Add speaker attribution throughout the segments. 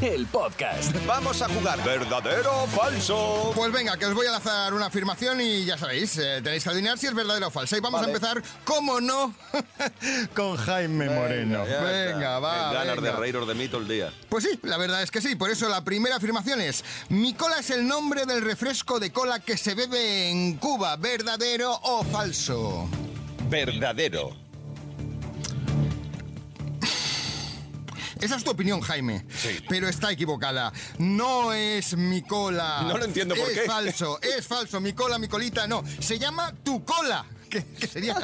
Speaker 1: el podcast.
Speaker 2: Vamos a jugar verdadero o falso.
Speaker 3: Pues venga, que os voy a lanzar una afirmación y ya sabéis, eh, tenéis que adivinar si es verdadero o falsa. Y vamos
Speaker 2: Vale.
Speaker 3: a empezar, como no,
Speaker 4: con Jaime Moreno.
Speaker 2: Ya
Speaker 3: Venga,
Speaker 2: está.
Speaker 3: va,
Speaker 2: Qué Ganas de
Speaker 3: venga.
Speaker 2: reíros de mí todo el día.
Speaker 3: Pues sí, la verdad es que sí. Por eso la primera afirmación es, mi cola es el nombre del refresco de cola que se bebe en Cuba, verdadero o falso.
Speaker 2: Verdadero.
Speaker 3: Esa es tu opinión, Jaime. Pero está equivocada. No es mi cola.
Speaker 2: No lo entiendo por
Speaker 3: es
Speaker 2: qué.
Speaker 3: Es falso, es falso. Mi cola, mi colita, no. Se llama tu cola. Que, que sería...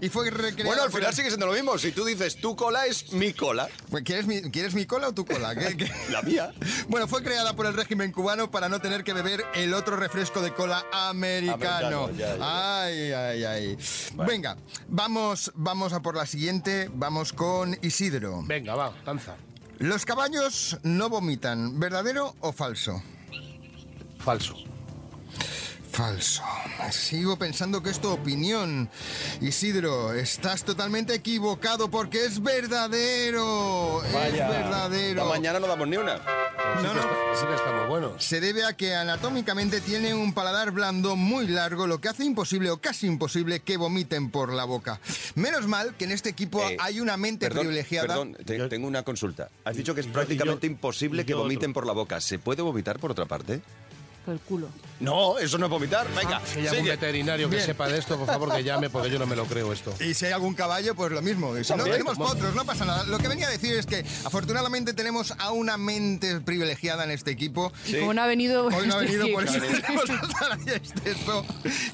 Speaker 3: y fue recreada
Speaker 2: Bueno, al
Speaker 3: por
Speaker 2: final
Speaker 3: el-
Speaker 2: sigue siendo lo mismo. Si tú dices tu cola es mi cola,
Speaker 3: Pues, ¿Quieres mi, ¿Quieres mi cola o tu cola? ¿Qué- qué?
Speaker 2: la mía.
Speaker 3: Bueno, fue creada por el régimen cubano para no tener que beber el otro refresco de cola americano.
Speaker 2: Americano, ya,
Speaker 3: Ay, ay, ay.
Speaker 2: Vale.
Speaker 3: Venga, vamos, vamos a por la siguiente. Vamos con Isidro.
Speaker 5: Venga, va, danza.
Speaker 3: Los caballos no vomitan, ¿verdadero o falso?
Speaker 5: Falso.
Speaker 3: Falso. Sigo pensando que es tu opinión. Isidro, estás totalmente equivocado porque es verdadero. es verdadero.
Speaker 2: Esta mañana no damos ni una.
Speaker 3: No, no.
Speaker 5: Sí que está muy bueno.
Speaker 3: Se debe a que anatómicamente tiene un paladar blando muy largo, lo que hace imposible o casi imposible que vomiten por la boca. Menos mal que en este equipo
Speaker 2: Eh,
Speaker 3: hay una mente
Speaker 2: perdón,
Speaker 3: privilegiada.
Speaker 2: Perdón, te-
Speaker 5: Yo-
Speaker 2: tengo una consulta. Has dicho que es
Speaker 5: y yo-
Speaker 2: prácticamente
Speaker 5: y yo-
Speaker 2: imposible
Speaker 5: y
Speaker 2: que
Speaker 5: yo
Speaker 2: vomiten por la boca. ¿Se puede vomitar por otra parte?
Speaker 6: Por el culo.
Speaker 2: No, eso no es vomitar.
Speaker 3: Ah,
Speaker 2: Venga,
Speaker 5: Que llame un
Speaker 2: sigue.
Speaker 5: veterinario que
Speaker 3: Bien.
Speaker 5: sepa de esto, por favor, que llame, porque yo no me lo creo esto.
Speaker 3: Y si hay algún caballo, pues lo mismo. Y Si no
Speaker 2: También,
Speaker 3: tenemos
Speaker 2: como-
Speaker 3: potros, no pasa nada. Lo que venía a decir es que afortunadamente tenemos a una mente privilegiada en este equipo.
Speaker 2: Sí.
Speaker 6: Como no ha venido... este
Speaker 3: Hoy no ha venido por eso
Speaker 6: Claro.
Speaker 3: tenemos a Zara Esteso,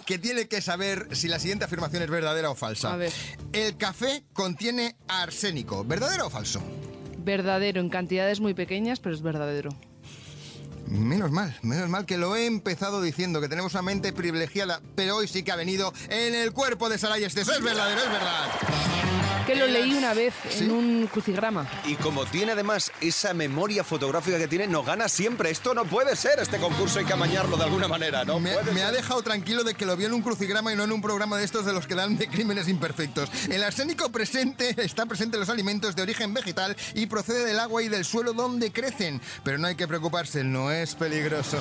Speaker 3: que tiene que saber si la siguiente afirmación es verdadera o falsa.
Speaker 6: A ver.
Speaker 3: El café contiene arsénico, ¿verdadero o falso?
Speaker 6: Verdadero, en cantidades muy pequeñas, pero es verdadero.
Speaker 3: Menos mal, menos mal que lo he empezado diciendo, que tenemos una mente privilegiada, pero hoy sí que ha venido en el cuerpo de Saray Esteso. Es verdadero, es verdad.
Speaker 6: Que lo leí una vez
Speaker 3: ¿Sí?
Speaker 6: en un crucigrama.
Speaker 2: Y como tiene además esa memoria fotográfica que tiene, nos gana siempre. Esto no puede ser, este concurso hay que amañarlo de alguna manera, ¿no?
Speaker 3: me,
Speaker 2: puede
Speaker 3: me ha
Speaker 2: ser.
Speaker 3: dejado tranquilo de que lo vi en un crucigrama y no en un programa de estos de los que dan de crímenes imperfectos. El arsénico presente está presente en los alimentos de origen vegetal y procede del agua y del suelo donde crecen. Pero no hay que preocuparse, no es peligroso.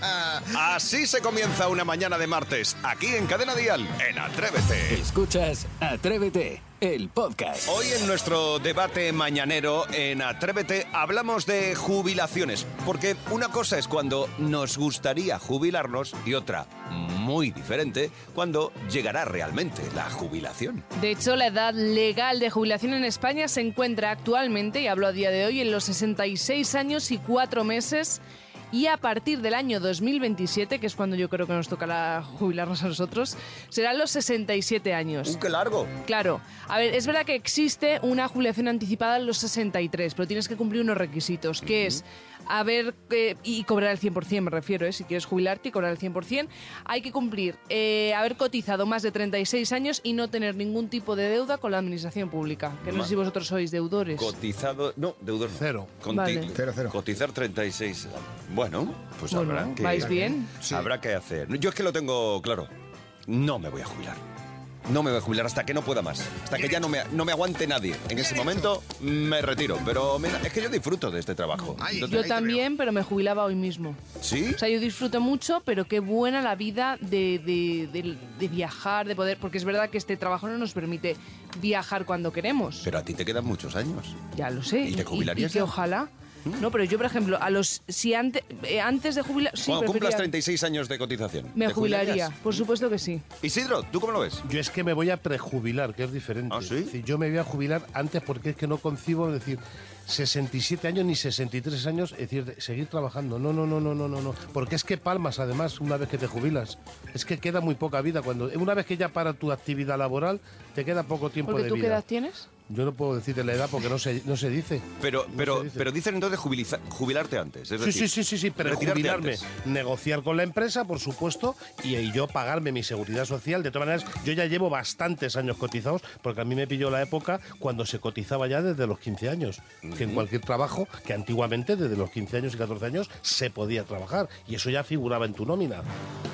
Speaker 2: Así se comienza una mañana de martes, aquí en Cadena Dial, en Atrévete.
Speaker 1: Escuchas Atrévete, el podcast.
Speaker 2: Hoy en nuestro debate mañanero en Atrévete hablamos de jubilaciones, porque una cosa es cuando nos gustaría jubilarnos y otra muy diferente cuando llegará realmente la jubilación.
Speaker 6: De hecho, la edad legal de jubilación en España se encuentra actualmente, y hablo a día de hoy, en los 66 años y 4 meses. Y a partir del año 2027, que es cuando yo creo que nos tocará jubilarnos a nosotros, serán los 67 años.
Speaker 2: ¡Uh, qué largo!
Speaker 6: Claro. A ver, es verdad que existe una jubilación anticipada a los 63, pero tienes que cumplir unos requisitos, que es haber eh, y cobrar el 100%, me refiero, ¿eh? si quieres jubilarte y cobrar el 100%, hay que cumplir eh, haber cotizado más de 36 años y no tener ningún tipo de deuda con la administración pública, que no
Speaker 2: Ma-
Speaker 6: sé si vosotros sois deudores.
Speaker 2: Cotizado, no, deudor no.
Speaker 5: Cero.
Speaker 2: Conti-
Speaker 6: Vale.
Speaker 3: Cero, cero.
Speaker 2: Cotizar 36. Bueno, pues
Speaker 6: Bueno,
Speaker 2: habrá que
Speaker 6: vais bien.
Speaker 3: Sí.
Speaker 2: Habrá que hacer. Yo es que lo tengo claro. No me voy a jubilar. No me voy a jubilar hasta que no pueda más. Hasta que ya no me, no me aguante nadie. En ese momento me retiro. Pero mira, es que yo disfruto de este trabajo.
Speaker 3: Ay,
Speaker 2: Entonces-
Speaker 6: Yo también, pero me jubilaba hoy mismo.
Speaker 2: ¿Sí?
Speaker 6: O sea, yo disfruto mucho, pero qué buena la vida de, de- de- de viajar, de poder, porque es verdad que este trabajo no nos permite viajar cuando queremos.
Speaker 2: Pero a ti te quedan muchos años.
Speaker 6: Ya lo sé.
Speaker 2: ¿Y te jubilarías
Speaker 6: y que
Speaker 2: ya? Mm.
Speaker 6: ojalá. No, pero yo, por ejemplo, a los si ante- eh, antes de jubilar... sí,
Speaker 2: Cuando cumplas
Speaker 6: prefería-
Speaker 2: 36 años de cotización.
Speaker 6: Me
Speaker 2: ¿te jubilarías?
Speaker 6: jubilaría, por supuesto que sí.
Speaker 2: Isidro, ¿tú cómo lo ves?
Speaker 5: Yo es que me voy a prejubilar, que es diferente.
Speaker 2: ¿Ah, sí?
Speaker 5: Es decir, yo me voy a jubilar antes porque es que no concibo es decir 67 años ni 63 años, es decir, de- seguir trabajando. No, no, no, no, no, no, no. Porque es que palmas además una vez que te jubilas. Es que queda muy poca vida cuando una vez que ya para tu actividad laboral te queda poco tiempo
Speaker 6: Porque
Speaker 5: de
Speaker 6: tú,
Speaker 5: vida.
Speaker 6: ¿qué edad tienes?
Speaker 5: Yo no puedo decirte la edad porque no se, no se dice.
Speaker 2: Pero,
Speaker 5: No
Speaker 2: pero,
Speaker 5: se dice.
Speaker 2: pero dicen entonces jubiliza- jubilarte antes. Es
Speaker 5: Sí,
Speaker 2: decir,
Speaker 5: sí, sí, sí, sí, pero
Speaker 2: retirarte
Speaker 5: jubilarme,
Speaker 2: antes.
Speaker 5: negociar con la empresa, por supuesto, y, y yo pagarme mi seguridad social. De todas maneras, yo ya llevo bastantes años cotizados, porque a mí me pilló la época cuando se cotizaba ya desde los 15 años. Que en cualquier trabajo, que antiguamente desde los 15 años y 14 años se podía trabajar, y eso ya figuraba en tu nómina.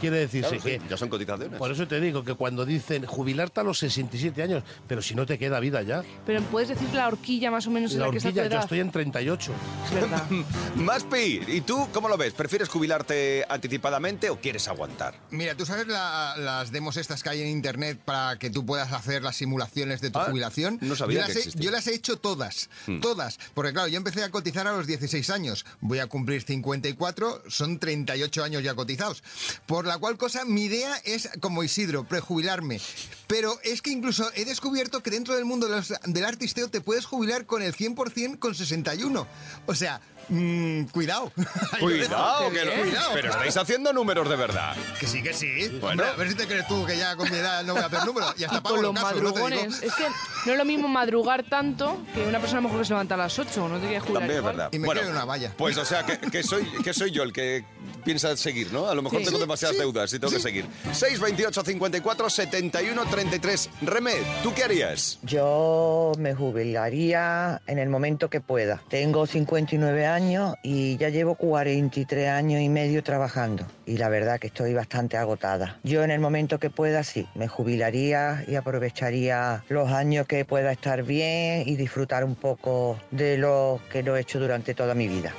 Speaker 5: Quiere decirse
Speaker 2: Claro, sí,
Speaker 5: que
Speaker 2: ya son cotizaciones.
Speaker 5: Por eso te digo que cuando dicen jubilarte a los 67 años, pero si no te queda vida ya.
Speaker 6: Pero puedes decir la horquilla más o menos en
Speaker 5: La
Speaker 6: Pues la que está tu
Speaker 5: horquilla, yo
Speaker 6: edad.
Speaker 5: estoy en 38.
Speaker 6: Es verdad.
Speaker 2: Maspi, ¿y tú cómo lo ves? ¿Prefieres jubilarte anticipadamente o quieres aguantar?
Speaker 3: Mira, tú sabes la- las demos estas que hay en internet para que tú puedas hacer las simulaciones de tu
Speaker 2: Ah,
Speaker 3: jubilación.
Speaker 2: no sabía
Speaker 3: yo
Speaker 2: que Hmm.
Speaker 3: las, he,
Speaker 2: existía.
Speaker 3: yo las he hecho todas, todas. Porque claro, yo empecé a cotizar a los 16 años. Voy a cumplir 54, son 38 años ya cotizados. Por la cual cosa, mi idea es, como Isidro, prejubilarme. Pero es que incluso he descubierto que dentro del mundo de los- del artisteo te puedes jubilar con el 100% con 61. O sea, mm, cuidado.
Speaker 2: Cuidado, que lo-
Speaker 3: Cuidado.
Speaker 2: pero estáis haciendo números de verdad.
Speaker 3: Que sí, que sí.
Speaker 2: Bueno.
Speaker 3: Hombre, a ver si te crees tú que ya con mi edad no voy a hacer números. Y hasta pago
Speaker 6: Con los
Speaker 3: los casos, ¿no te digo?
Speaker 6: madrugones. Es que no es lo mismo madrugar tanto que una persona a lo mejor que se levanta a las 8, no te quieres jubilar.
Speaker 2: También es
Speaker 6: igual.
Speaker 2: verdad.
Speaker 3: Y me quedo en una valla.
Speaker 2: Pues o sea, que, que soy, que soy yo el que piensa seguir, ¿no? A lo mejor
Speaker 6: Sí.
Speaker 2: tengo
Speaker 6: Sí,
Speaker 2: demasiadas
Speaker 3: sí,
Speaker 2: deudas y tengo que
Speaker 3: sí.
Speaker 2: seguir. 628 54 71 33. Remed, ¿tú qué harías?
Speaker 7: Yo me jubilaría en el momento que pueda. Tengo 59 años y ya llevo 43 años y medio trabajando. Y la verdad que estoy bastante agotada. Yo en el momento que pueda, sí, me jubilaría y aprovecharía los años que pueda estar bien y disfrutar un poco de lo que no he hecho durante toda mi vida.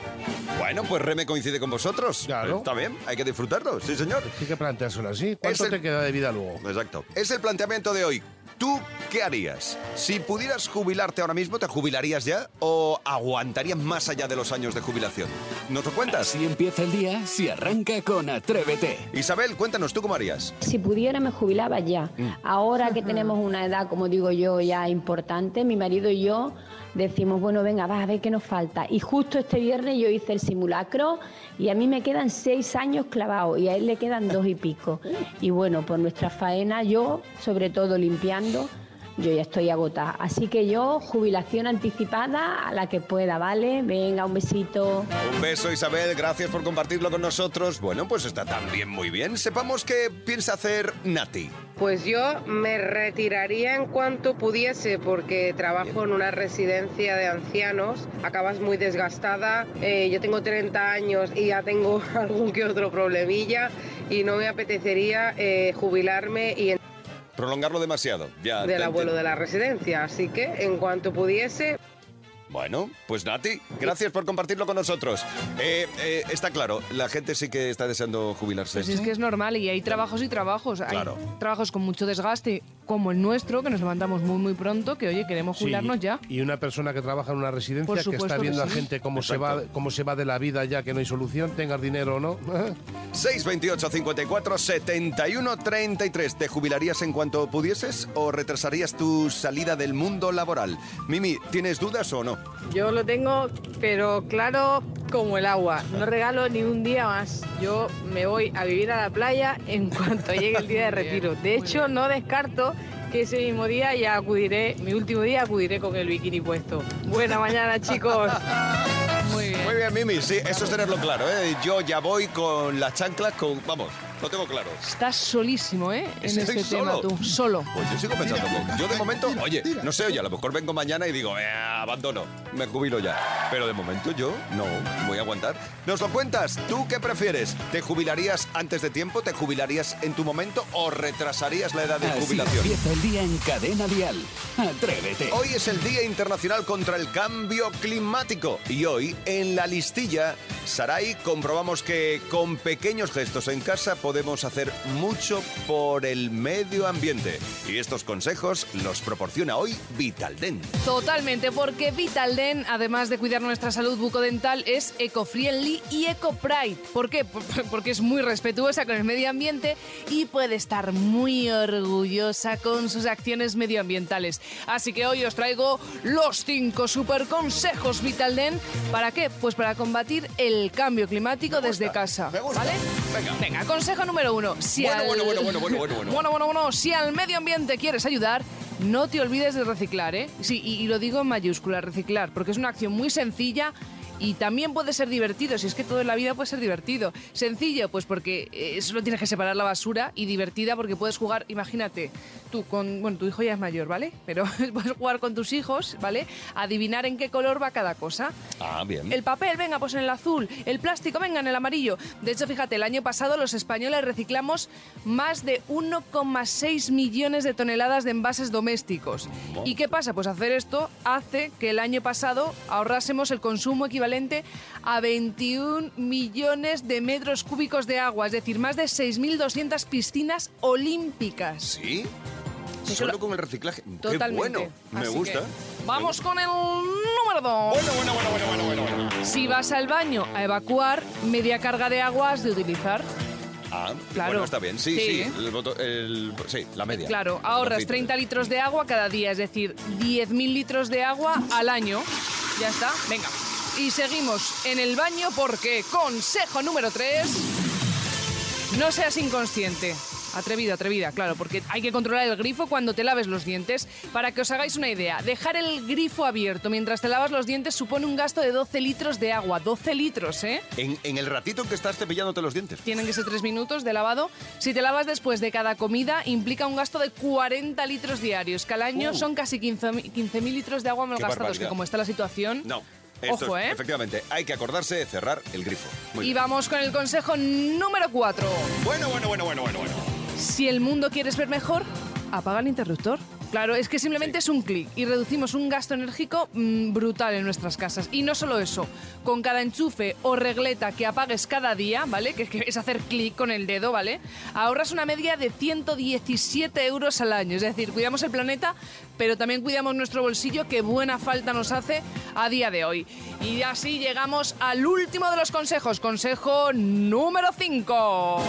Speaker 2: Bueno, pues Reme coincide con vosotros.
Speaker 5: Claro.
Speaker 2: Está bien, hay que disfrutarlo, sí señor.
Speaker 5: Hay que planteárselo así. ¿Cuánto
Speaker 2: Ese-
Speaker 5: te queda de vida luego?
Speaker 2: Exacto. Es el planteamiento de hoy. ¿Tú qué harías? Si pudieras jubilarte ahora mismo, ¿te jubilarías ya o aguantarías más allá de los años de jubilación? ¿Nos lo cuentas?
Speaker 1: Si empieza el día, si arranca con Atrévete.
Speaker 2: Isabel, cuéntanos, ¿tú cómo harías?
Speaker 8: Si pudiera me jubilaba ya. Ahora que tenemos una edad, como digo yo, ya importante, mi marido y yo decimos, bueno, venga, vas a ver qué nos falta. Y justo este viernes yo hice el simulacro y a mí me quedan seis años clavados y a él le quedan dos y pico. Y bueno, por nuestra faena, yo, sobre todo limpiando, yo ya estoy agotada. Así que yo, jubilación anticipada a la que pueda, ¿vale? Venga, un besito.
Speaker 2: Un beso, Isabel, gracias por compartirlo con nosotros. Bueno, pues está también muy bien. Sepamos qué piensa hacer Nati.
Speaker 9: Pues yo me retiraría en cuanto pudiese porque trabajo en una residencia de ancianos, acabas muy desgastada, eh, yo tengo 30 años y ya tengo algún que otro problemilla y no me apetecería eh, jubilarme y en-
Speaker 2: Prolongarlo demasiado. Ya,
Speaker 9: del
Speaker 2: te-
Speaker 9: abuelo de la residencia, así que en cuanto pudiese
Speaker 2: Bueno, pues Nati, gracias por compartirlo con nosotros. Eh, eh, está claro, la gente sí que está deseando jubilarse.
Speaker 6: Pues es que es normal y hay trabajos y trabajos.
Speaker 2: Claro.
Speaker 6: Hay trabajos con mucho desgaste, como el nuestro, que nos levantamos muy, muy pronto, que oye, queremos jubilarnos
Speaker 5: Sí,
Speaker 6: ya.
Speaker 5: Y una persona que trabaja en una residencia
Speaker 6: Por
Speaker 5: que
Speaker 6: supuesto
Speaker 5: está
Speaker 6: que
Speaker 5: viendo a
Speaker 6: sí.
Speaker 5: gente cómo se, va,
Speaker 2: Exacto.
Speaker 5: cómo se va de la vida ya que no hay solución, tengas dinero o no.
Speaker 2: 628 54 71 33. ¿Te jubilarías en cuanto pudieses o retrasarías tu salida del mundo laboral? Mimi, ¿tienes dudas o no?
Speaker 10: Yo lo tengo, pero claro como el agua. No regalo ni un día más. Yo me voy a vivir a la playa en cuanto llegue el día de
Speaker 6: Muy bien,
Speaker 10: retiro.
Speaker 6: muy
Speaker 10: De hecho,
Speaker 6: bien.
Speaker 10: no descarto que ese mismo día ya acudiré, mi último día acudiré con el bikini puesto. Buena mañana, chicos.
Speaker 6: Muy bien.
Speaker 2: Muy bien, Mimi, sí, eso es tenerlo claro. ¿eh? Yo ya voy con las chanclas, con. Vamos, lo tengo claro.
Speaker 6: Estás solísimo, ¿eh? En
Speaker 2: Estoy
Speaker 6: este
Speaker 2: solo.
Speaker 6: tema tú. Solo.
Speaker 2: Pues yo sigo pensando. poco. Yo de momento, oye, no sé, oye, a lo mejor vengo mañana y digo, eh, abandono, me jubilo ya. Pero de momento yo no voy a aguantar. Nos lo cuentas, ¿tú qué prefieres? ¿Te jubilarías antes de tiempo? ¿Te jubilarías en tu momento o retrasarías la edad de
Speaker 1: Así
Speaker 2: jubilación?
Speaker 1: empieza el día en cadena dial. Atrévete.
Speaker 2: Hoy es el Día Internacional contra el Cambio Climático y hoy en la listilla Sarai comprobamos que con pequeños gestos en casa podemos hacer mucho por el medio ambiente y estos consejos los proporciona hoy Vitaldent.
Speaker 6: Totalmente, porque Vitalden, además de cuidar nuestra salud bucodental, es eco-friendly y eco-pride. ¿Por qué? Por- Porque es muy respetuosa con el medio ambiente y puede estar muy orgullosa con sus acciones medioambientales. Así que hoy os traigo los cinco super consejos Vitalden. ¿Para qué? Pues para combatir el cambio climático desde casa.
Speaker 2: me gusta.
Speaker 6: ¿Vale?
Speaker 2: Venga.
Speaker 6: consejo número uno. Si
Speaker 2: Bueno,
Speaker 6: al-
Speaker 2: bueno, bueno, bueno, bueno, bueno, bueno.
Speaker 6: bueno, bueno, bueno, si al medio ambiente quieres ayudar, No te olvides de reciclar, ¿eh? Sí, y, y lo digo en mayúscula, reciclar, porque es una acción muy sencilla y también puede ser divertido, si es que todo en la vida puede ser divertido. Sencillo, pues porque eh, solo tienes que separar la basura y divertida porque puedes jugar, imagínate, tú con, bueno, tu hijo ya es mayor, ¿vale? Pero puedes jugar con tus hijos, ¿vale? Adivinar en qué color va cada cosa.
Speaker 2: Ah, bien.
Speaker 6: El papel, venga, pues en el azul. El plástico, venga, en el amarillo. De hecho, fíjate, el año pasado los españoles reciclamos más de 1,6 millones de toneladas de envases domésticos. ¿Y qué pasa? Pues hacer esto hace que el año pasado ahorrásemos el consumo equivalente a 21 millones de metros cúbicos de agua, es decir, más de 6.200 piscinas olímpicas.
Speaker 2: ¿Sí? Solo con el reciclaje. Qué
Speaker 6: Totalmente.
Speaker 2: bueno. Me
Speaker 6: Así
Speaker 2: gusta.
Speaker 6: que vamos con el número 2. Bueno, bueno, bueno, bueno, bueno, Si vas al baño a evacuar, media carga de agua has de utilizar.
Speaker 2: Ah,
Speaker 6: Claro.
Speaker 2: bueno, está bien. Sí,
Speaker 6: Sí,
Speaker 2: sí.
Speaker 6: ¿eh?
Speaker 2: El voto- el- sí, la media.
Speaker 6: Claro, ahorras 30 litros de agua cada día, es decir, 10.000 litros de agua al año. Ya está, venga. Y seguimos en el baño porque consejo número 3, no seas inconsciente. Atrevido, atrevida, claro, porque hay que controlar el grifo cuando te laves los dientes. Para que os hagáis una idea, dejar el grifo abierto mientras te lavas los dientes supone un gasto de 12 litros de agua. 12 litros, ¿eh?
Speaker 2: En, en el ratito que estás cepillándote los dientes.
Speaker 6: tienen que ser tres minutos de lavado. Si te lavas después de cada comida, implica un gasto de 40 litros diarios, que al año
Speaker 2: Uh.
Speaker 6: son casi 15.000 15.000 litros de agua malgastados,
Speaker 2: barbaridad.
Speaker 6: que como está la situación...
Speaker 2: No. Esto
Speaker 6: Ojo,
Speaker 2: es-
Speaker 6: ¿eh?
Speaker 2: Efectivamente, hay que acordarse de cerrar el grifo. Muy
Speaker 6: Y
Speaker 2: bien.
Speaker 6: vamos con el consejo número 4.
Speaker 2: Bueno, bueno, bueno, bueno, bueno, bueno.
Speaker 6: Si el mundo quieres ver mejor, apaga el interruptor. Claro, es que simplemente es un clic y reducimos un gasto enérgico mm, brutal en nuestras casas. Y no solo eso, con cada enchufe o regleta que apagues cada día, ¿vale? Que, que es hacer clic con el dedo, ¿vale? Ahorras una media de 117 euros al año. Es decir, cuidamos el planeta, pero también cuidamos nuestro bolsillo, que buena falta nos hace a día de hoy. Y así llegamos al último de los consejos, consejo número 5.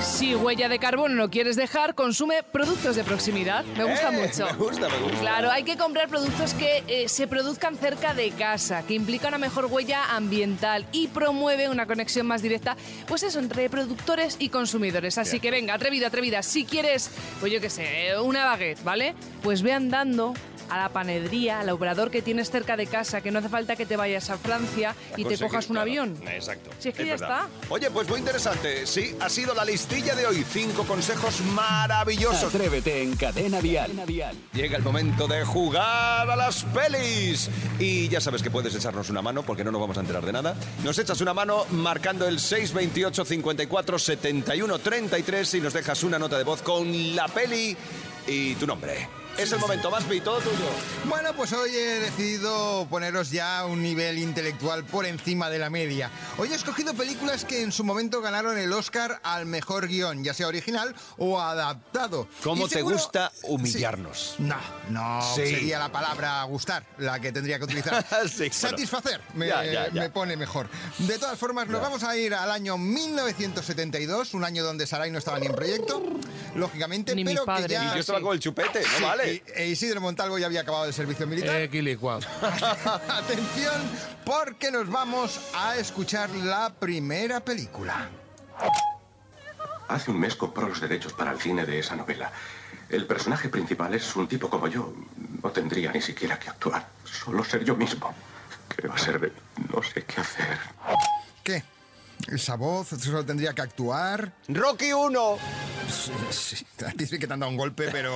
Speaker 6: Si huella de carbono no quieres dejar, consume productos de proximidad. Me gusta
Speaker 2: Eh,
Speaker 6: mucho.
Speaker 2: Me gusta, me gusta.
Speaker 6: Claro, hay que comprar productos que eh, se produzcan cerca de casa, que implican una mejor huella ambiental y promueve una conexión más directa, pues eso, entre productores y consumidores. Así que venga, atrevida, atrevida, si quieres, pues yo qué sé, eh, una baguette, ¿vale? Pues ve andando a la panadería, al obrador que tienes cerca de casa, que no hace falta que te vayas a Francia y te
Speaker 2: Conseguir,
Speaker 6: cojas un
Speaker 2: claro.
Speaker 6: avión.
Speaker 2: Exacto.
Speaker 6: Si es que ya
Speaker 2: está. Oye, pues muy interesante. Sí, ha sido la listilla de hoy. Cinco consejos maravillosos.
Speaker 1: Atrévete en Cadena Dial.
Speaker 2: Llega el momento de jugar a las pelis. Y ya sabes que puedes echarnos una mano porque no nos vamos a enterar de nada. Nos echas una mano marcando el 628 54 71 33 y nos dejas una nota de voz con la peli y tu nombre. Es el momento más vi, todo tuyo.
Speaker 3: Bueno, pues hoy he decidido poneros ya un nivel intelectual por encima de la media. Hoy he escogido películas que en su momento ganaron el Oscar al mejor guión, ya sea original o adaptado.
Speaker 2: ¿Cómo
Speaker 3: Y
Speaker 2: te
Speaker 3: seguro-
Speaker 2: gusta
Speaker 3: Sí.
Speaker 2: humillarnos?
Speaker 3: No, no,
Speaker 2: Sí.
Speaker 3: sería la palabra gustar la que tendría que utilizar.
Speaker 2: Sí, bueno.
Speaker 3: Satisfacer me,
Speaker 2: Ya, ya, ya.
Speaker 3: me pone mejor. De todas formas, nos vamos a ir al año 1972, un año donde Sarai no estaba ni en proyecto, lógicamente,
Speaker 6: Ni mis
Speaker 3: pero que
Speaker 6: padres.
Speaker 3: ya...
Speaker 2: Y yo estaba con el chupete, no
Speaker 3: Sí,
Speaker 2: vale.
Speaker 3: y- e Isidro Montalvo ya había acabado el servicio militar.
Speaker 5: Eh, Quilicuao.
Speaker 3: Atención, porque nos vamos a escuchar la primera película.
Speaker 11: Hace un mes compró los derechos para el cine de esa novela. El personaje principal es un tipo como yo. No tendría ni siquiera que actuar. Solo ser yo mismo. ¿Qué va a ser de mí? No sé qué hacer.
Speaker 3: ¿Qué? Esa voz solo tendría que actuar.
Speaker 2: Rocky 1.
Speaker 3: Sí, sí, a ti sí que te han dado un golpe, pero,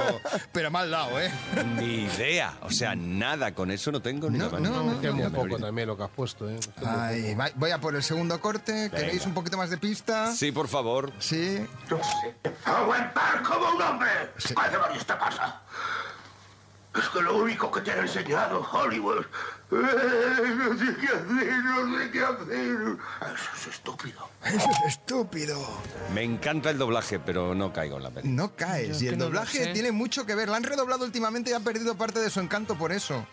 Speaker 3: pero mal dado, ¿eh?
Speaker 2: Ni idea. O sea, nada. Con eso no tengo ni
Speaker 3: No,
Speaker 2: la más-
Speaker 3: no, no,
Speaker 5: Temo
Speaker 3: no.
Speaker 5: un poco también lo que has puesto, ¿eh?
Speaker 3: Ay, va- voy a por el segundo corte. ¿Queréis un poquito más de pista?
Speaker 2: Sí, por favor.
Speaker 3: Sí.
Speaker 11: No sé. ¡Aguantar como un hombre! Hace varios te pasa. Es que lo único que te han enseñado Hollywood. eh, no sé qué hacer, no sé qué hacer. Eso es estúpido.
Speaker 3: Eso es estúpido.
Speaker 2: Me encanta el doblaje, pero no caigo en la peli.
Speaker 3: No caes. Y el doblaje tiene mucho que ver. La han redoblado últimamente y ha perdido parte de su encanto por eso.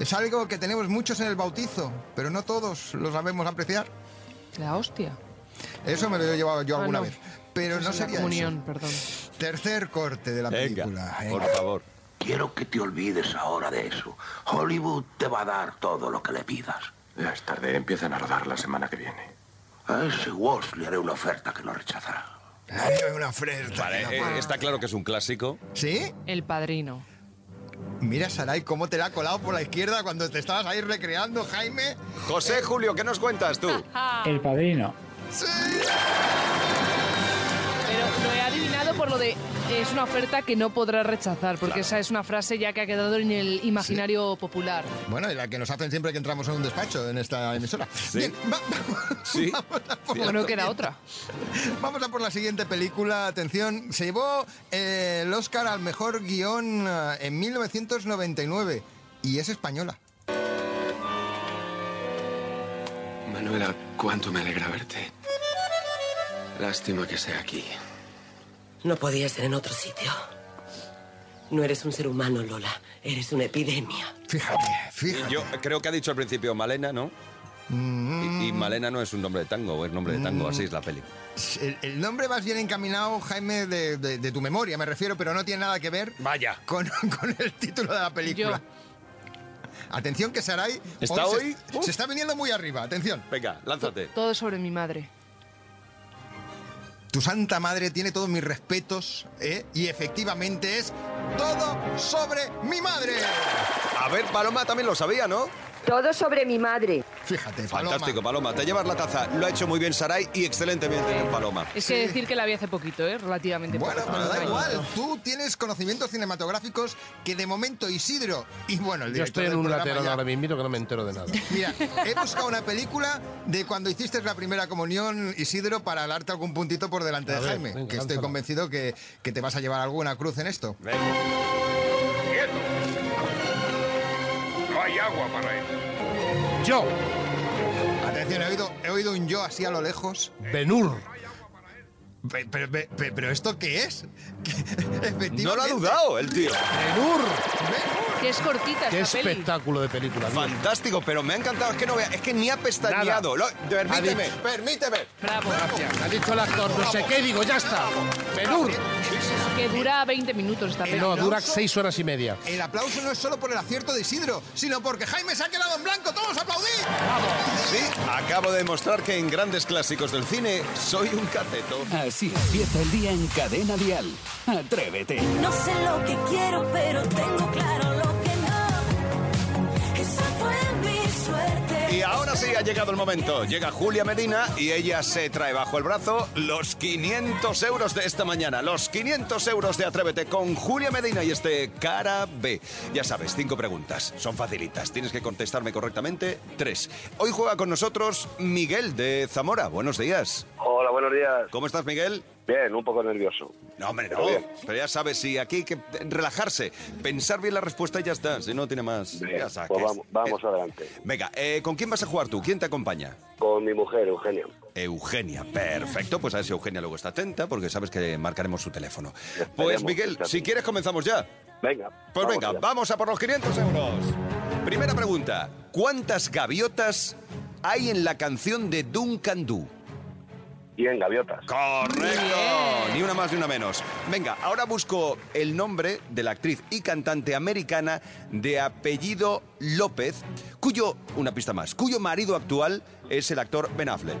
Speaker 3: Es algo que tenemos muchos en el bautizo, pero no todos lo sabemos apreciar.
Speaker 6: La hostia.
Speaker 3: Eso me lo he llevado yo
Speaker 6: Ah,
Speaker 3: alguna
Speaker 6: no.
Speaker 3: vez. Pero
Speaker 6: Eso
Speaker 3: no
Speaker 6: es la
Speaker 3: sería
Speaker 6: comunión,
Speaker 3: eso.
Speaker 6: perdón.
Speaker 3: Tercer corte de la
Speaker 2: Venga,
Speaker 3: película. ¿eh?
Speaker 2: por
Speaker 3: Venga.
Speaker 2: favor.
Speaker 11: Quiero que te olvides ahora de eso. Hollywood te va a dar todo lo que le pidas. Ya es tarde, empiezan a rodar la semana que viene. A ese Walsh le haré una oferta que no rechazará.
Speaker 3: Nadie ve una oferta.
Speaker 2: Vale,
Speaker 3: que no
Speaker 2: eh,
Speaker 3: pague.
Speaker 2: está claro que es un clásico.
Speaker 3: ¿Sí?
Speaker 6: El padrino.
Speaker 3: Mira, Saray, cómo te la ha colado por la izquierda cuando te estabas ahí recreando, Jaime.
Speaker 2: José Julio, ¿qué nos cuentas tú?
Speaker 12: El padrino.
Speaker 6: Pero lo he adivinado por lo de es una oferta que no podrá rechazar, porque esa es una frase ya que ha quedado en el imaginario popular.
Speaker 3: Bueno, y la que nos hacen siempre que entramos en un despacho en esta emisora. Bien, va- va- vamos a por la
Speaker 6: Bueno, queda
Speaker 3: siguiente.
Speaker 6: otra.
Speaker 3: Vamos a por la siguiente película. Atención, se llevó eh, el Oscar al mejor guión eh, en 1999 y es española.
Speaker 13: Manuela, cuánto me alegra verte. Lástima que sea aquí.
Speaker 14: No podía ser en otro sitio. No eres un ser humano, Lola. Eres una epidemia.
Speaker 3: Fíjate, fíjate.
Speaker 2: Yo creo que ha dicho al principio Malena, ¿no? Y, y Malena no es un nombre de tango, o es nombre de tango, así es la peli.
Speaker 3: El, el nombre vas bien encaminado, Jaime, de, de- de tu memoria, me refiero, pero no tiene nada que ver
Speaker 5: Vaya.
Speaker 3: con, con el título de la película. Atención que Sarai
Speaker 2: ¿Está hoy?
Speaker 3: Se, se está viniendo muy arriba, atención.
Speaker 2: Venga, lánzate.
Speaker 6: Todo sobre mi madre.
Speaker 3: Tu santa madre tiene todos mis respetos, ¿eh? Y efectivamente es todo sobre mi madre.
Speaker 2: A ver, Paloma también lo sabía, ¿no?
Speaker 15: Todo sobre mi madre.
Speaker 3: Fíjate,
Speaker 2: Fantástico, Paloma. Te llevas la taza. Lo ha hecho muy bien Saray y excelente bien también Paloma.
Speaker 6: Es que decir que la vi hace poquito, ¿eh? relativamente
Speaker 3: Bueno,
Speaker 6: poco.
Speaker 3: pero da
Speaker 6: Ay,
Speaker 3: igual. Tú tienes conocimientos cinematográficos que de momento Isidro y bueno, el
Speaker 5: Yo
Speaker 3: director
Speaker 5: estoy en
Speaker 3: del
Speaker 5: un
Speaker 3: programa
Speaker 5: lateral
Speaker 3: ya-
Speaker 5: ahora mismo que no me entero de nada.
Speaker 3: Mira, he buscado una película de cuando hiciste la primera comunión, Isidro, para darte algún puntito por delante
Speaker 5: A
Speaker 3: de
Speaker 5: ver,
Speaker 3: Jaime,
Speaker 5: venga,
Speaker 3: que estoy
Speaker 5: lánzala.
Speaker 3: convencido que, que te vas a llevar alguna cruz en esto.
Speaker 11: No hay agua para él.
Speaker 5: Yo.
Speaker 3: Atención, he oído, he oído un yo así a lo lejos.
Speaker 5: Benur.
Speaker 3: Pe- Pero, pe- pe- pero ¿esto qué es?
Speaker 2: No lo ha dudado el tío.
Speaker 6: Que es cortita
Speaker 5: Qué
Speaker 6: esta peli.
Speaker 5: espectáculo de película. tío.
Speaker 2: Fantástico, pero me ha encantado. Es que no vea, es que ni ha pestañeado.
Speaker 5: Nada.
Speaker 2: Lo- permíteme,
Speaker 5: Ha dicho-
Speaker 2: permíteme.
Speaker 6: Bravo.
Speaker 5: Gracias. Ha dicho el actor, no sé qué, digo, ya está. Benur.
Speaker 6: Que dura 20 minutos esta peli.
Speaker 5: No, dura seis horas y media.
Speaker 3: El aplauso no es solo por el acierto de Isidro, sino porque Jaime se ha quedado en blanco. ¡Todos aplaudid!
Speaker 2: Sí, acabo de demostrar que en grandes clásicos del cine soy un cateto.
Speaker 1: Así empieza el día en Cadena Dial. Atrévete.
Speaker 16: No sé lo que quiero, pero tengo claro lo que no. Esa fue mi suerte.
Speaker 2: Y ahora sí ha llegado el momento. Llega Julia Medina y ella se trae bajo el brazo los 500 euros de esta mañana. Los 500 euros de Atrévete con Julia Medina y este Cara B. Ya sabes, cinco preguntas. Son facilitas. Tienes que contestarme correctamente. Tres. Hoy juega con nosotros Miguel de Zamora. Buenos días.
Speaker 17: Hola, buenos días.
Speaker 2: ¿Cómo estás, Miguel?
Speaker 17: Bien, un poco nervioso.
Speaker 2: No, hombre, no.
Speaker 17: Pero bien.
Speaker 2: Pero ya sabes, sí, aquí hay que relajarse, pensar bien la respuesta y ya está. Si no, tiene más.
Speaker 17: Bien,
Speaker 2: Ya
Speaker 17: pues
Speaker 2: saques.
Speaker 17: vamos, vamos adelante.
Speaker 2: Venga, eh, ¿con quién vas a jugar tú? ¿Quién te acompaña?
Speaker 17: Con mi mujer, Eugenia.
Speaker 2: Eugenia, perfecto. Pues a ver si Eugenia luego está atenta, porque sabes que marcaremos su teléfono. Pues
Speaker 17: Esperemos que
Speaker 2: Miguel,
Speaker 17: esté
Speaker 2: si quieres comenzamos ya.
Speaker 17: Venga.
Speaker 2: Pues venga,
Speaker 17: allá.
Speaker 2: vamos a por los 500 euros. Primera pregunta. ¿Cuántas gaviotas hay en la canción de Duncan Du?
Speaker 17: 100 gaviotas.
Speaker 2: Correcto. Ni una más ni una menos. Venga, ahora busco el nombre de la actriz y cantante americana de apellido López, cuyo, una pista más, cuyo marido actual es el actor Ben Affleck.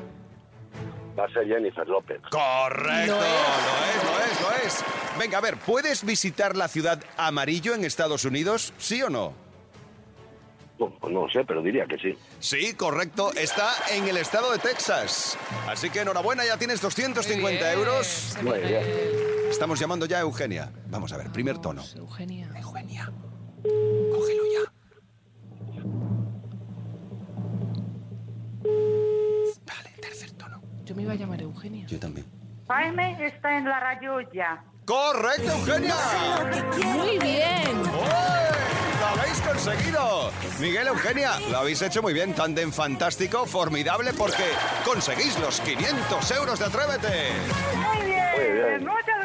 Speaker 17: Va a ser Jennifer López.
Speaker 2: Correcto, lo es, lo es, lo es. Venga, a ver, ¿puedes visitar la ciudad Amarillo en Estados Unidos? ¿Sí o no?
Speaker 17: No, pues no sé, pero diría que sí.
Speaker 2: Sí, correcto. Está en el estado de Texas. Así que enhorabuena, ya tienes 250 euros.
Speaker 17: Muy bien.
Speaker 2: Estamos llamando ya a Eugenia. Vamos a ver, primer tono.
Speaker 6: Eugenia.
Speaker 2: Eugenia.
Speaker 6: Cógelo
Speaker 2: ya.
Speaker 6: Vale, tercer tono. Yo me iba a llamar Eugenia.
Speaker 2: Yo también.
Speaker 18: Jaime está en la radio ya.
Speaker 2: ¡Correcto, Eugenia!
Speaker 6: Muy bien.
Speaker 2: ¡Lo habéis conseguido! Miguel, Eugenia, lo habéis hecho muy bien. Tandem fantástico, formidable, porque conseguís los 500 euros de Atrévete.
Speaker 18: Muy bien, Eh, muchas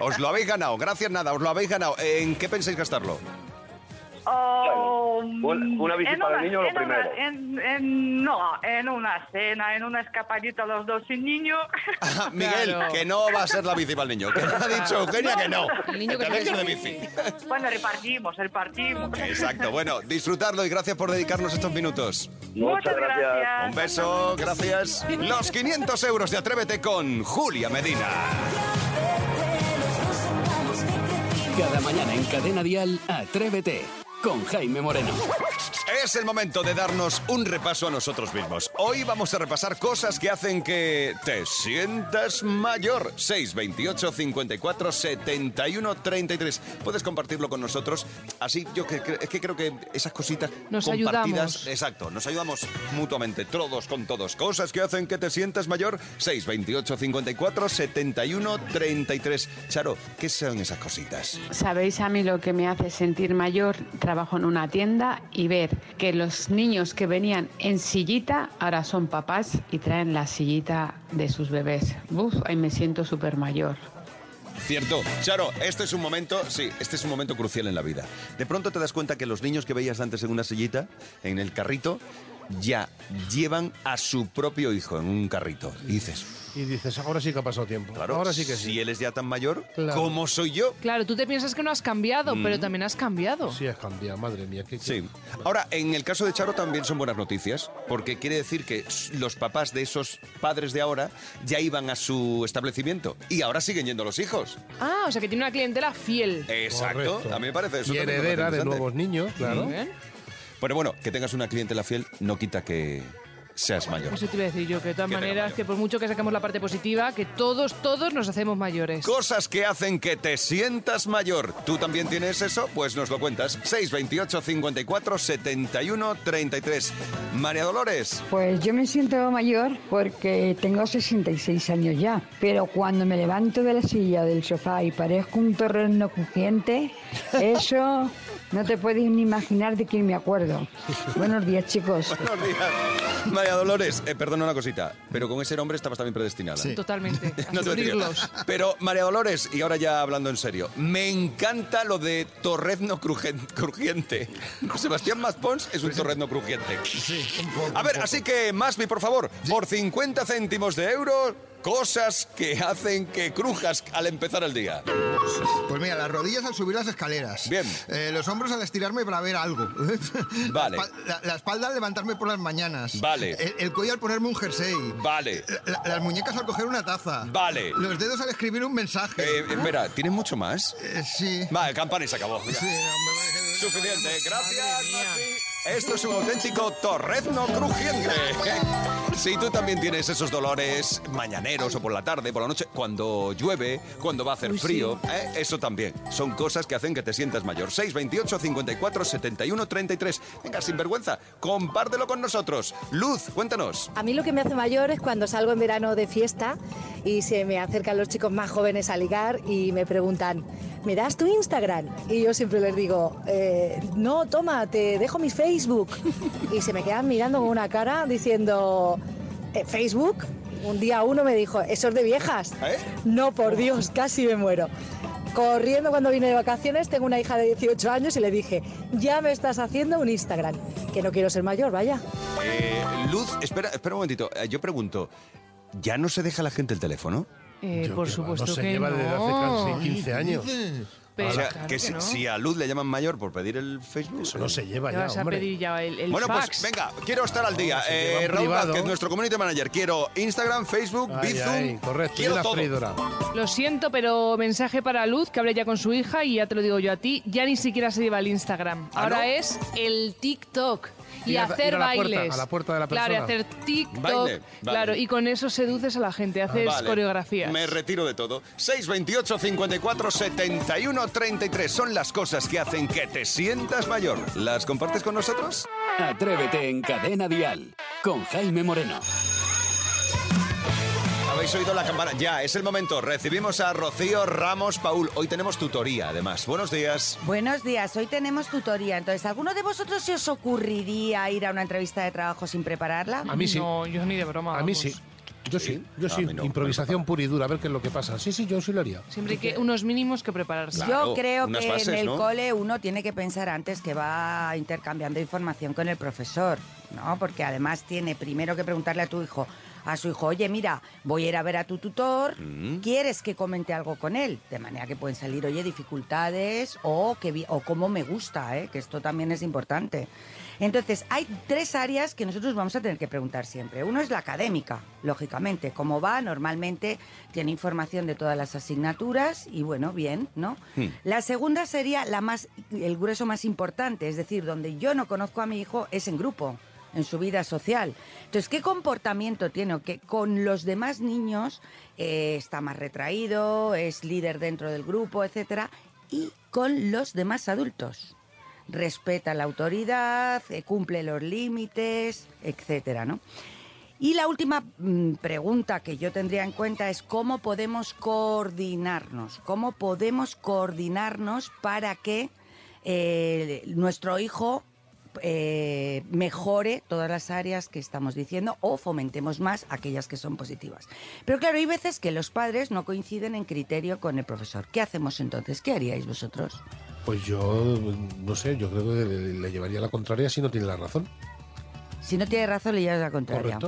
Speaker 2: Os lo habéis ganado, gracias nada, os lo habéis ganado. ¿En qué pensáis gastarlo?
Speaker 18: o,
Speaker 17: Un- una visita
Speaker 18: Oh, mm, en
Speaker 17: al niño lo
Speaker 18: en una-
Speaker 17: primero.
Speaker 18: en- en- no, en una cena, en una escapadita los dos sin niño.
Speaker 2: Miguel,
Speaker 18: Claro.
Speaker 2: que no va a ser la bici para el niño. Que ha dicho Eugenia que no.
Speaker 18: El niño
Speaker 2: que
Speaker 18: que
Speaker 2: te
Speaker 18: se
Speaker 2: dejes de
Speaker 18: desvíe.
Speaker 2: bici.
Speaker 18: bueno, repartimos, repartimos.
Speaker 2: Exacto, bueno, disfrutarlo y gracias por dedicarnos estos minutos.
Speaker 18: Muchas gracias. gracias.
Speaker 2: Un beso, gracias. Los 500 euros de Atrévete con Julia Medina.
Speaker 1: Cada mañana en Cadena Dial, Atrévete con Jaime Moreno.
Speaker 2: Es el momento de darnos un repaso a nosotros mismos. Hoy vamos a repasar cosas que hacen que te sientas mayor. 628 54 71 33. Puedes compartirlo con nosotros. Así yo que, que- es que creo que esas cositas
Speaker 6: Nos
Speaker 2: compartidas,
Speaker 6: ayudamos.
Speaker 2: exacto, nos ayudamos mutuamente todos con todos. Cosas que hacen que te sientas mayor. 628 54 71 33. Charo, ¿qué son esas cositas?
Speaker 12: ¿Sabéis a mí lo que me hace sentir mayor? Trabajo en una tienda y ver que los niños que venían en sillita ahora son papás y traen la sillita de sus bebés. Uf, ahí me siento súper mayor.
Speaker 2: Cierto. Charo, este es un momento, sí, este es un momento crucial en la vida. De pronto te das cuenta que los niños que veías antes en una sillita, en el carrito, ya llevan a su propio hijo en un carrito. Y dices,
Speaker 5: Y dices, ahora sí que ha pasado tiempo.
Speaker 2: claro,
Speaker 5: ahora sí que sí.
Speaker 2: si él es ya tan mayor,
Speaker 5: Claro.
Speaker 2: ¿cómo soy yo?
Speaker 6: Claro, tú te piensas que no has cambiado,
Speaker 2: Mm.
Speaker 6: pero también has cambiado.
Speaker 5: Sí, has cambiado, madre mía. ¿qué, qué-
Speaker 2: Sí. Ahora, en el caso de Charo también son buenas noticias, porque quiere decir que s- los papás de esos padres de ahora ya iban a su establecimiento y ahora siguen yendo los hijos.
Speaker 6: Ah, o sea que tiene una clientela fiel.
Speaker 2: Eh. Exacto.
Speaker 5: Correcto.
Speaker 2: A mí me parece eso.
Speaker 5: Y
Speaker 2: también me parece
Speaker 5: heredera de
Speaker 2: interesante. Mm.
Speaker 5: nuevos niños, claro.
Speaker 6: Muy bien.
Speaker 2: Pero bueno, que tengas una clientela fiel no quita que seas mayor.
Speaker 6: Eso te iba a decir yo, que de todas
Speaker 2: Que te
Speaker 6: maneras, que por mucho que saquemos la parte positiva, que todos, todos nos hacemos mayores.
Speaker 2: Cosas que hacen que te sientas mayor. ¿Tú también tienes eso? Pues nos lo cuentas. 628 54 71 33. María Dolores.
Speaker 19: Pues yo me siento mayor porque tengo 66 años ya, pero cuando me levanto de la silla o del sofá y parezco un torreno crujiente, eso no te puedes ni imaginar de quién me acuerdo. Buenos días, chicos.
Speaker 2: Buenos días. María Dolores, eh, perdona una cosita, pero con ese nombre estabas también predestinada.
Speaker 6: Totalmente.
Speaker 2: No te voy a decir.
Speaker 6: Abrirlos.
Speaker 2: Pero María Dolores, y ahora ya hablando en serio, me encanta lo de torrezno crujen- crujiente. Sebastián Maspons es un torrezno crujiente. A ver, así que Maspi, por favor, por 50 céntimos de euro, cosas que hacen que crujas al empezar el día.
Speaker 3: Pues mira, las rodillas al subir las escaleras.
Speaker 2: Bien.
Speaker 3: Eh, los hombros al estirarme para ver algo.
Speaker 2: Vale.
Speaker 3: La, espal- la- la espalda al levantarme por las mañanas.
Speaker 2: Vale.
Speaker 3: El, el cuello al ponerme un jersey.
Speaker 2: Vale.
Speaker 3: La- las muñecas al coger una taza.
Speaker 2: Vale.
Speaker 3: Los dedos al escribir un mensaje. Eh,
Speaker 2: Eh, espera, ¿tienes mucho más?
Speaker 3: sí.
Speaker 2: Vale, campana y se acabó. Mira. Suficiente, gracias. Esto es un auténtico torrezno crujiente. Si tú también tienes esos dolores mañaneros o por la tarde, por la noche, cuando llueve, cuando va a hacer
Speaker 20: Uy, sí.
Speaker 2: frío, ¿eh? eso también. Son cosas que hacen que te sientas mayor. 628 54 71 33. Venga, sin vergüenza, compártelo con nosotros. Luz, cuéntanos.
Speaker 21: A mí lo que me hace mayor es cuando salgo en verano de fiesta y se me acercan los chicos más jóvenes a ligar y me preguntan, ¿me das tu Instagram? Y yo siempre les digo, "Eh, no, toma, te dejo mi Facebook. Y se me quedan mirando con una cara diciendo, "¿Eh, ¿Facebook? Un día uno me dijo, ¿eso es de viejas? No, por Dios, casi me muero. Corriendo cuando vine de vacaciones, tengo una hija de 18 años y le dije, ya me estás haciendo un Instagram, que no quiero ser mayor, vaya.
Speaker 2: Eh, Luz, espera, espera un momentito. Eh, Yo pregunto, ¿ya no se deja la gente el teléfono?
Speaker 6: Eh,
Speaker 5: Yo
Speaker 6: por
Speaker 5: qué va,
Speaker 6: supuesto
Speaker 5: no se
Speaker 6: que
Speaker 5: lleva
Speaker 6: no.
Speaker 5: desde hace casi 15 años.
Speaker 6: Pero
Speaker 2: o sea,
Speaker 6: claro
Speaker 2: que,
Speaker 6: que
Speaker 2: si,
Speaker 6: no.
Speaker 2: si a Luz le llaman mayor por pedir el Facebook. eh, Eso
Speaker 5: no se lleva
Speaker 6: Te vas a pedir ya el, el
Speaker 2: bueno,
Speaker 6: fax.
Speaker 2: pues venga, quiero estar al día.
Speaker 5: Oh, se
Speaker 2: Eh,
Speaker 5: lleva en
Speaker 2: Raúl
Speaker 5: privado.
Speaker 2: Vázquez, nuestro community manager. Quiero Instagram, Facebook,
Speaker 5: Ay,
Speaker 2: Bizum.
Speaker 5: ay, correcto, y
Speaker 2: Quiero
Speaker 5: una
Speaker 2: todo.
Speaker 5: freidora.
Speaker 6: Lo siento, pero mensaje para Luz, que hable ya con su hija y ya te lo digo yo a ti, ya ni siquiera se lleva el Instagram.
Speaker 5: ¿Ah,
Speaker 6: Ahora
Speaker 5: no?
Speaker 6: es el TikTok y
Speaker 5: Ir a-
Speaker 6: hacer
Speaker 5: ir a la puerta,
Speaker 6: bailes.
Speaker 5: a la puerta de la
Speaker 6: Claro, y
Speaker 5: persona.
Speaker 6: hacer TikTok.
Speaker 2: Baile, vale.
Speaker 6: Claro, y con eso seduces a la
Speaker 5: Ah,
Speaker 6: gente, haces
Speaker 2: Vale,
Speaker 6: coreografías.
Speaker 2: Me retiro de todo. 628 54 71 33 son las cosas que hacen que te sientas mayor. ¿Las compartes con nosotros?
Speaker 1: Atrévete en Cadena Dial con Jaime Moreno.
Speaker 2: Habéis oído la campana. Ya, es el momento. Recibimos a Rocío Ramos Paul. Hoy tenemos tutoría, además. Buenos días.
Speaker 22: Buenos días, hoy tenemos tutoría. Entonces, ¿alguno de vosotros se os ocurriría ir a una entrevista de trabajo sin prepararla?
Speaker 6: No, yo ni de broma.
Speaker 22: A mí
Speaker 6: vamos.
Speaker 22: sí.
Speaker 5: Yo sí, yo
Speaker 2: A
Speaker 5: sí,
Speaker 2: mí no,
Speaker 5: improvisación pura y dura, a ver qué es lo que pasa. Sí, sí, yo sí lo haría.
Speaker 6: Siempre hay que unos mínimos que prepararse.
Speaker 2: Claro,
Speaker 22: Pues Yo creo
Speaker 2: unas
Speaker 22: que
Speaker 2: bases,
Speaker 22: en el
Speaker 2: ¿no?
Speaker 22: cole uno tiene que pensar antes que va intercambiando información con el profesor, ¿no? Porque además tiene primero que preguntarle a tu hijo, a su hijo, oye, mira, voy a ir a ver a tu tutor,
Speaker 2: Mm.
Speaker 22: ¿quieres que comente algo con él? De manera que pueden salir, oye, dificultades o, que vi- o cómo me gusta, ¿eh? que esto también es importante. Entonces, hay tres áreas que nosotros vamos a tener que preguntar siempre. Uno es la académica, lógicamente. ¿Cómo va? Normalmente tiene información de todas las asignaturas y bueno, bien, ¿no? La segunda sería la más, el grueso más importante, es decir, donde yo no conozco a mi hijo es en grupo, en su vida social. Entonces, ¿qué comportamiento tiene? ¿O Que con los demás niños eh, está más retraído, es líder dentro del grupo, etcétera, y con los demás adultos. Respeta la autoridad, eh, cumple los límites, etcétera, ¿no? Y la última mm, pregunta que yo tendría en cuenta es cómo podemos coordinarnos, cómo podemos coordinarnos para que eh, nuestro hijo eh, mejore todas las áreas que estamos diciendo o fomentemos más aquellas que son positivas. Pero claro, hay veces que los padres no coinciden en criterio con el profesor. ¿Qué hacemos entonces? ¿Qué haríais vosotros?
Speaker 5: Pues yo, no sé, yo creo que le, le llevaría la contraria si no tiene la razón.
Speaker 22: Si no tiene razón, le llevas la contraria.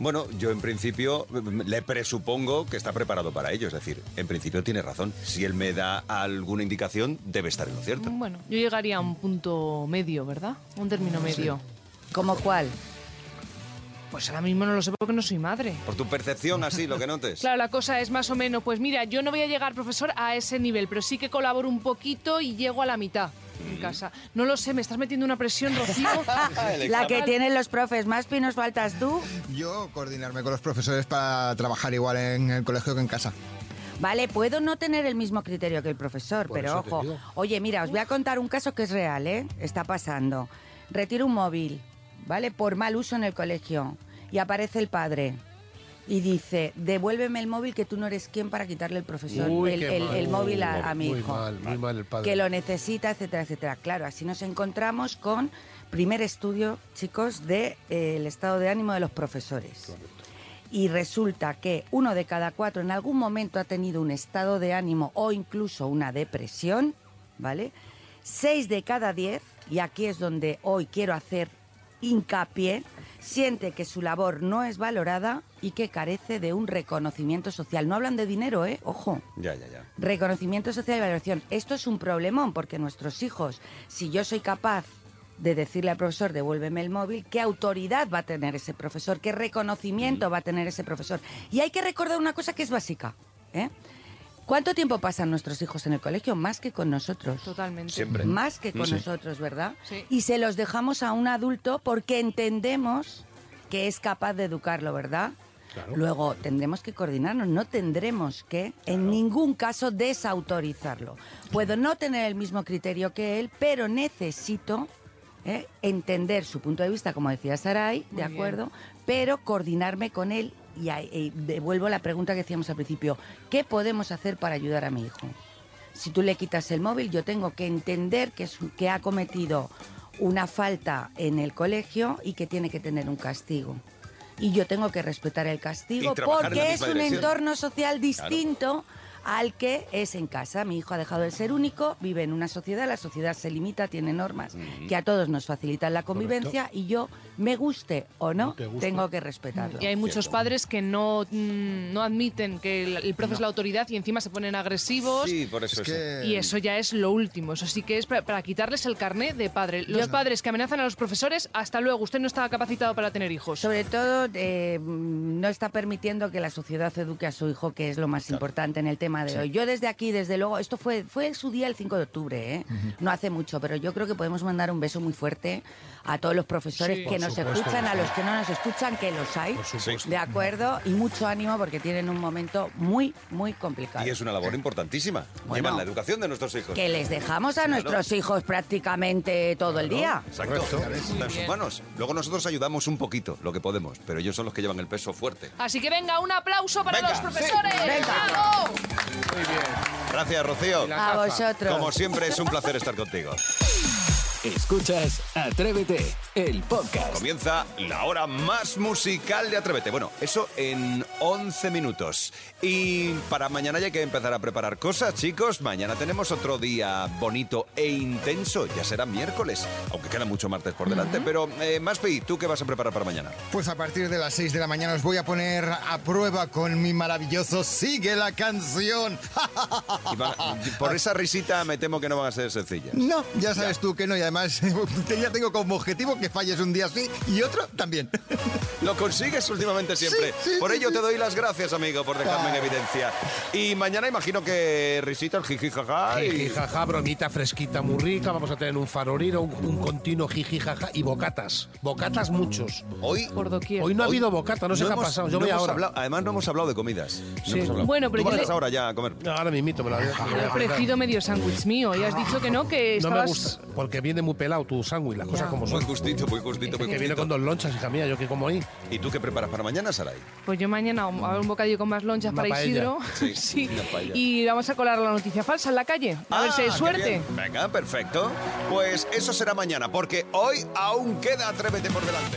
Speaker 2: Bueno, yo en principio mm, le presupongo que está preparado para ello. Es decir, en principio tiene razón. Si él me da alguna indicación, debe estar en lo cierto.
Speaker 6: Bueno, yo llegaría a un punto medio, ¿verdad? Un término medio.
Speaker 22: ¿Cómo cuál?
Speaker 6: Pues ahora mismo no lo sé porque no soy madre.
Speaker 2: Por tu percepción así, lo que notes.
Speaker 6: Claro, la cosa es más o menos, pues mira, yo no voy a llegar, profesor, a ese nivel, pero sí que colaboro un poquito y llego a la mitad en casa. No lo sé, me estás metiendo una presión, Rocío.
Speaker 22: La que tienen los profes, más pinos faltas tú.
Speaker 3: Yo coordinarme con los profesores para trabajar igual en el colegio que en casa.
Speaker 22: Vale, puedo no tener el mismo criterio que el profesor,
Speaker 3: Por
Speaker 22: pero
Speaker 3: eso te
Speaker 22: ojo.
Speaker 3: digo.
Speaker 22: Oye, mira, os voy a contar un caso que es real, ¿eh? Está pasando. Retiro un móvil, ¿vale? Por mal uso en el colegio. Y aparece el padre y dice, devuélveme el móvil que tú no eres quien para quitarle el profesor
Speaker 5: Uy,
Speaker 22: el,
Speaker 5: qué
Speaker 22: el-
Speaker 5: mal.
Speaker 22: el móvil
Speaker 5: Uy,
Speaker 22: a, a mi
Speaker 5: muy
Speaker 22: hijo.
Speaker 5: mal, muy mal el padre.
Speaker 22: que lo necesita, etcétera, etcétera. Claro, así nos encontramos con primer estudio, chicos, del de, eh, el estado de ánimo de los profesores. Y resulta que uno de cada cuatro en algún momento ha tenido un estado de ánimo o incluso una depresión, ¿vale? Seis de cada diez, y aquí es donde hoy quiero hacer hincapié, siente que su labor no es valorada y que carece de un reconocimiento social. No hablan de dinero, ¿eh? Ojo.
Speaker 2: Ya, ya, ya.
Speaker 22: Reconocimiento social y valoración. Esto es un problemón porque nuestros hijos, si yo soy capaz de decirle al profesor, devuélveme el móvil, ¿qué autoridad va a tener ese profesor? ¿Qué reconocimiento va a tener ese profesor? Y hay que recordar una cosa que es básica. ¿eh? ¿Cuánto tiempo pasan nuestros hijos en el colegio? Más que con nosotros.
Speaker 6: Totalmente.
Speaker 2: Siempre.
Speaker 22: Más que con
Speaker 2: Sí.
Speaker 22: nosotros, ¿verdad? Y se los dejamos a un adulto porque entendemos que es capaz de educarlo, ¿verdad? Luego tendremos que coordinarnos, no tendremos que en ningún caso desautorizarlo. Puedo no tener el mismo criterio que él, pero necesito ¿eh? entender su punto de vista, como decía Saray,
Speaker 6: Muy
Speaker 22: ¿de
Speaker 6: bien.
Speaker 22: acuerdo? Pero coordinarme con él y, ahí- y devuelvo la pregunta que hacíamos al principio, ¿qué podemos hacer para ayudar a mi hijo? Si tú le quitas el móvil, yo tengo que entender que, es un- que ha cometido una falta en el colegio y que tiene que tener un castigo. Y yo tengo que respetar el castigo
Speaker 4: Y trabajar en la
Speaker 22: porque es
Speaker 4: misma
Speaker 22: un
Speaker 4: dirección.
Speaker 22: entorno social
Speaker 4: Claro.
Speaker 22: distinto al que es en casa. Mi hijo ha dejado de ser único, vive en una sociedad, la sociedad se limita, tiene normas que a todos nos facilitan la convivencia y yo, me guste o no, tengo que respetarlo.
Speaker 6: Y hay muchos padres que no, mm, no admiten que el, el profe es la autoridad y encima se ponen agresivos.
Speaker 2: Sí, por eso eso.
Speaker 6: Y eso ya es lo último, eso sí que es para, para quitarles el carné de padre. Los
Speaker 22: Yo-
Speaker 6: padres que amenazan a los profesores, hasta luego, usted no estaba capacitado para tener hijos.
Speaker 22: Sobre todo, eh, mm, no está permitiendo que la sociedad eduque a su hijo, que es lo más importante en el tema de
Speaker 6: Sí.
Speaker 22: hoy. Yo desde aquí, desde luego, esto fue, fue su día el 5 de octubre, ¿eh? no hace mucho, pero yo creo que podemos mandar un beso muy fuerte a todos los profesores
Speaker 4: Sí.
Speaker 22: que
Speaker 4: Por
Speaker 22: nos
Speaker 4: supuesto,
Speaker 22: escuchan, a
Speaker 4: sí.
Speaker 22: los que no nos escuchan, que los hay,
Speaker 2: supuesto.
Speaker 22: ¿de acuerdo? Y mucho ánimo porque tienen un momento muy, muy complicado.
Speaker 2: Y es una labor importantísima. Llevan la educación de nuestros hijos.
Speaker 22: Que les dejamos a nuestros hijos prácticamente todo el día.
Speaker 2: Exacto. Está en sus manos. Luego nosotros ayudamos un poquito, lo que podemos, pero ellos son los que llevan el peso fuerte.
Speaker 6: Así que venga, un aplauso para
Speaker 2: Venga,
Speaker 6: los profesores.
Speaker 2: sí. Venga.
Speaker 6: ¡Bravo!
Speaker 2: Gracias, Rocío.
Speaker 6: la A taza. vosotros.
Speaker 2: Como siempre, es un placer estar contigo.
Speaker 1: Escuchas Atrévete, el podcast.
Speaker 2: Comienza la hora más musical de Atrévete. Bueno, eso en 11 minutos. Y para mañana ya hay que empezar a preparar cosas, chicos. Mañana tenemos otro día bonito e intenso. Ya será miércoles, aunque queda mucho martes por delante. Pero, eh, Maspi, ¿tú qué vas a preparar para mañana?
Speaker 3: Pues a partir de las 6 de la mañana os voy a poner a prueba con mi maravilloso Sigue la canción.
Speaker 2: Y va- por esa risita me temo que no van a ser sencillas.
Speaker 3: No, ya sabes tú que no y además ya tengo como objetivo que falles un día sí y otro también.
Speaker 2: Lo consigues últimamente siempre.
Speaker 3: Sí, sí,
Speaker 2: por
Speaker 3: sí,
Speaker 2: ello
Speaker 3: sí. Ah.
Speaker 2: te doy las gracias, amigo, por dejarme en evidencia. Y mañana imagino que risitas, jiji, jaja.
Speaker 5: Jiji,
Speaker 2: Y...
Speaker 5: jaja, bromita fresquita muy rica. Vamos a tener un faroriro, un, un continuo jiji, jaja y bocatas. Bocatas muchos.
Speaker 2: Hoy,
Speaker 5: Hoy no ha habido bocata, no sé qué ha
Speaker 2: hemos-
Speaker 5: pasado. Yo
Speaker 2: no
Speaker 5: voy
Speaker 2: hemos
Speaker 5: ahora.
Speaker 2: hablado- además, no hemos hablado de comidas. No
Speaker 5: Sí.
Speaker 2: hemos hablado.
Speaker 5: Bueno, pero
Speaker 2: Tú
Speaker 5: yo
Speaker 2: vas
Speaker 5: le-
Speaker 2: ahora ya a comer.
Speaker 5: Ahora mismito me la
Speaker 6: Te he ofrecido medio sándwich mío y has dicho que no, que
Speaker 5: No me
Speaker 6: estabas...
Speaker 5: gusta, porque viene muy pelado tu sándwich, las cosas como
Speaker 2: Muy
Speaker 5: son.
Speaker 2: justito, muy justito, muy
Speaker 5: Que viene con
Speaker 2: justito.
Speaker 5: dos lonchas, hija mía, yo que como ahí.
Speaker 2: ¿Y tú qué preparas para mañana, Saray?
Speaker 6: Pues yo mañana hago un bocadillo con más lonchas
Speaker 2: Una
Speaker 6: para
Speaker 2: paella.
Speaker 6: Isidro
Speaker 2: Sí, una paella.
Speaker 6: y vamos a colar la noticia falsa en la calle. A ver
Speaker 2: Ah,
Speaker 6: si hay
Speaker 2: qué
Speaker 6: suerte.
Speaker 2: bien. Venga, perfecto. Pues eso será mañana, porque hoy aún queda Atrévete por delante.